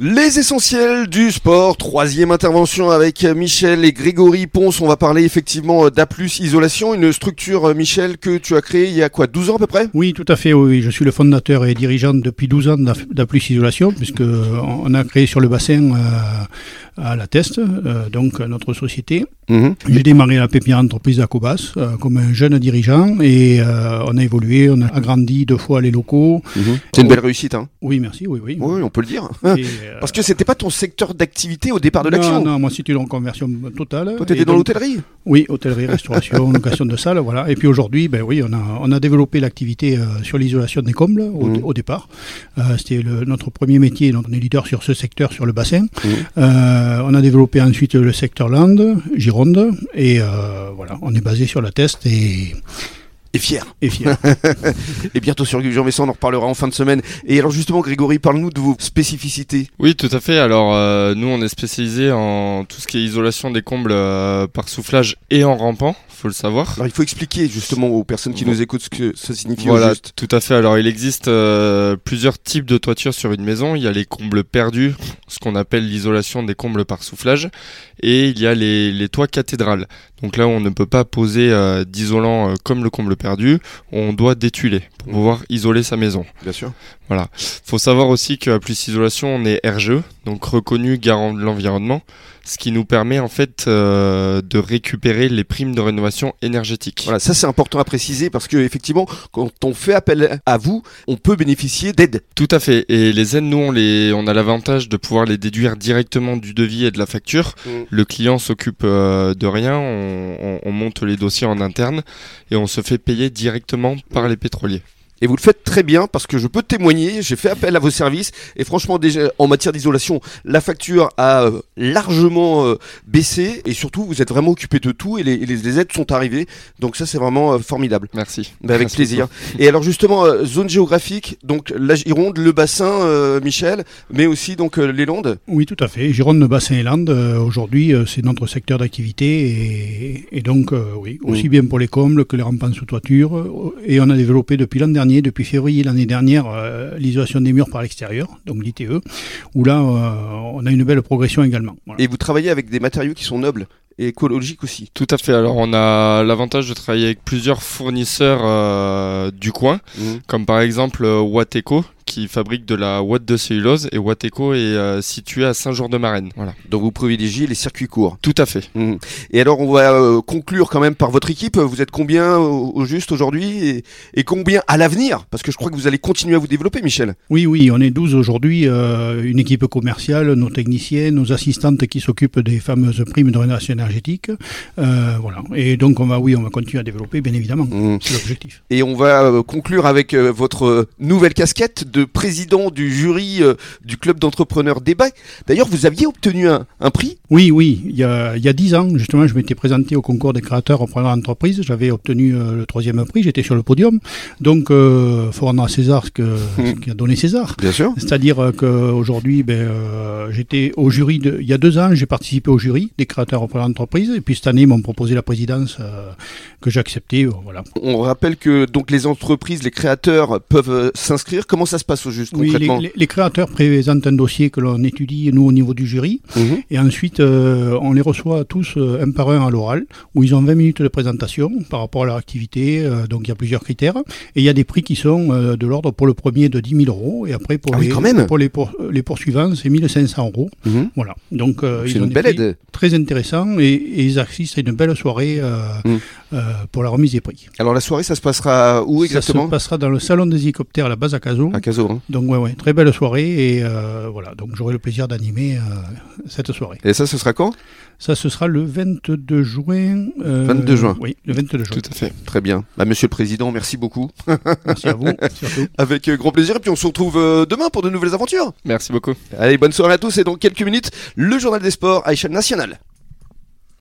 Les essentiels du sport, troisième intervention avec euh, Michel et Grégory Ponce. On va parler effectivement euh, d'A Isolation, une structure, euh, Michel, que tu as créée il y a quoi, 12 ans à peu près Oui, tout à fait, oui. Je suis le fondateur et dirigeant depuis 12 ans d'A Isolation, puisque euh, on a créé sur le bassin euh, à la Teste, euh, donc notre société. Mhm, Mmh. J'ai démarré la pépinière entreprise à Cobas euh, comme un jeune dirigeant et euh, on a évolué, on a agrandi deux fois les locaux. Mmh. C'est une belle réussite, hein Oui, merci, oui, oui. Oui, on peut le dire. Et, parce que c'était pas ton secteur d'activité au départ de l'action. Non, non, moi c'était une conversion totale. Toi, t'étais dans l'hôtellerie Oui, hôtellerie, restauration, location de salle, voilà. Et puis aujourd'hui, ben oui, on a, on a développé l'activité euh, sur l'isolation des combles au, mmh. au départ. Euh, c'était notre premier métier, donc on est leader sur ce secteur, sur le bassin. Mmh. Euh, on a développé ensuite le secteur Land, Gironde, et euh, voilà, on est basé sur la test et. Et fier. Et fier. et bientôt sur Jean Messon, on en reparlera en fin de semaine. Et alors justement, Grégory, parle-nous de vos spécificités. Oui, tout à fait. Alors euh, nous, on est spécialisé en tout ce qui est isolation des combles euh, par soufflage et en rampant, faut le savoir. Alors il faut expliquer justement aux personnes qui bon. nous écoutent ce que ça signifie. Voilà, au juste. tout à fait. Alors il existe euh, plusieurs types de toitures sur une maison. Il y a les combles perdus, ce qu'on appelle l'isolation des combles par soufflage, et il y a les, les toits cathédrales. Donc là, on ne peut pas poser euh, d'isolant comme le comble perdu perdu, on doit détuler pour pouvoir isoler sa maison. Bien sûr. Voilà. Faut savoir aussi qu'à plus isolation, on est RGE, donc reconnu garant de l'environnement, ce qui nous permet en fait euh, de récupérer les primes de rénovation énergétique. Voilà, ça c'est important à préciser parce que effectivement, quand on fait appel à vous, on peut bénéficier d'aides. Tout à fait. Et les aides, nous, on, les, on a l'avantage de pouvoir les déduire directement du devis et de la facture. Mm. Mmh. Le client s'occupe euh, de rien, on, on, on monte les dossiers en interne et on se fait payer directement par les pétroliers. Et vous le faites très bien parce que je peux témoigner, j'ai fait appel à vos services et franchement déjà en matière d'isolation, la facture a euh, largement euh, baissé et surtout vous êtes vraiment occupé de tout et les, les, les, aides sont arrivées. Donc ça c'est vraiment euh, formidable. Merci. Bah, avec Merci plaisir. Beaucoup. Et alors justement euh, zone géographique, donc la Gironde, le bassin euh, Michel, mais aussi donc euh, les Landes. Oui tout à fait, Gironde, le bassin et Landes, euh, aujourd'hui c'est notre secteur d'activité et, et, donc oui, aussi mmh. bien pour les combles que les rampants sous toiture Euh, et on a développé depuis l'an dernier depuis février l'année dernière, euh, l'isolation des murs par l'extérieur, donc l'ITE, où là, euh, on a une belle progression également. Voilà. Et vous travaillez avec des matériaux qui sont nobles et écologiques aussi. Tout à fait. Alors on a l'avantage de travailler avec plusieurs fournisseurs euh, du coin, mmh. comme par exemple euh, Wateco, qui fabrique de la ouate de cellulose et Wateco est euh, situé à Saint-Jean-de-Marenne. Voilà. Donc vous privilégiez les circuits courts. Tout à fait. Mmh. Et alors on va euh, conclure quand même par votre équipe. Vous êtes combien au, au juste aujourd'hui et, et, combien à l'avenir Parce que je crois que vous allez continuer à vous développer, Michel. Oui, oui, on est 12 aujourd'hui. Euh, une équipe commerciale, nos techniciens, nos assistantes qui s'occupent des fameuses primes de rénovation énergétique. euh, voilà. Et donc on va, oui, on va continuer à développer, bien évidemment. Mhm. Mmh. C'est l'objectif. Et on va euh, conclure avec votre euh, nouvelle casquette de président du jury euh, du club d'entrepreneurs débat. D'ailleurs, vous aviez obtenu un, un, prix Oui, oui. Il y a, il y a 10 ans, justement, je m'étais présenté au concours des créateurs entrepreneurs d'entreprise. J'avais obtenu euh, le troisième prix. J'étais sur le podium. Donc, euh, faut rendre à César ce, que, mmh. ce qui a donné César. Bien sûr. C'est-à-dire qu'aujourd'hui, ben, j'étais au jury. De, il y a deux ans, j'ai participé au jury des créateurs entrepreneurs d'entreprise. Et puis cette année, ils m'ont proposé la présidence euh, que j'ai acceptée. euh, voilà. On rappelle que donc les entreprises, les créateurs peuvent euh, s'inscrire. Comment ça se passe au juste oui, concrètement les, les, créateurs présentent un dossier que l'on étudie, nous, au niveau du jury. Mmh. Mhm. Et ensuite, euh, on les reçoit tous euh, un par un à l'oral, où ils ont 20 minutes de présentation par rapport à leur activité. Euh, donc, il y a plusieurs critères. Et il y a des prix qui sont euh, de l'ordre pour le premier de 10 000 euros. Et après, pour, ah les, oui, quand même. pour les, pour, les poursuivants, c'est 1 500 euros. Mmh. Voilà. Donc, euh, ils ont une des Mhm. belle aide. Très intéressant. Et, et, ils assistent à une belle soirée mmh. pour la remise des prix. Alors, la soirée, ça se passera où exactement Ça se passera dans le salon des hélicoptères à la base à Cazaux. À Cazaux, hein. Donc ouais, ouais, très belle soirée et euh, voilà, donc j'aurai le plaisir d'animer euh, cette soirée. Et ça, ce sera quand Ça, ce sera le 22 juin. Euh, 22 juin. Oui, le 22 juin. Tout à fait. Très bien. Bah, Monsieur le Président, merci beaucoup. Merci à vous. Surtout. Avec euh, grand plaisir et puis on se retrouve euh, demain pour de nouvelles aventures. Merci beaucoup. Allez, bonne soirée à tous et dans quelques minutes le journal des sports à échelle nationale.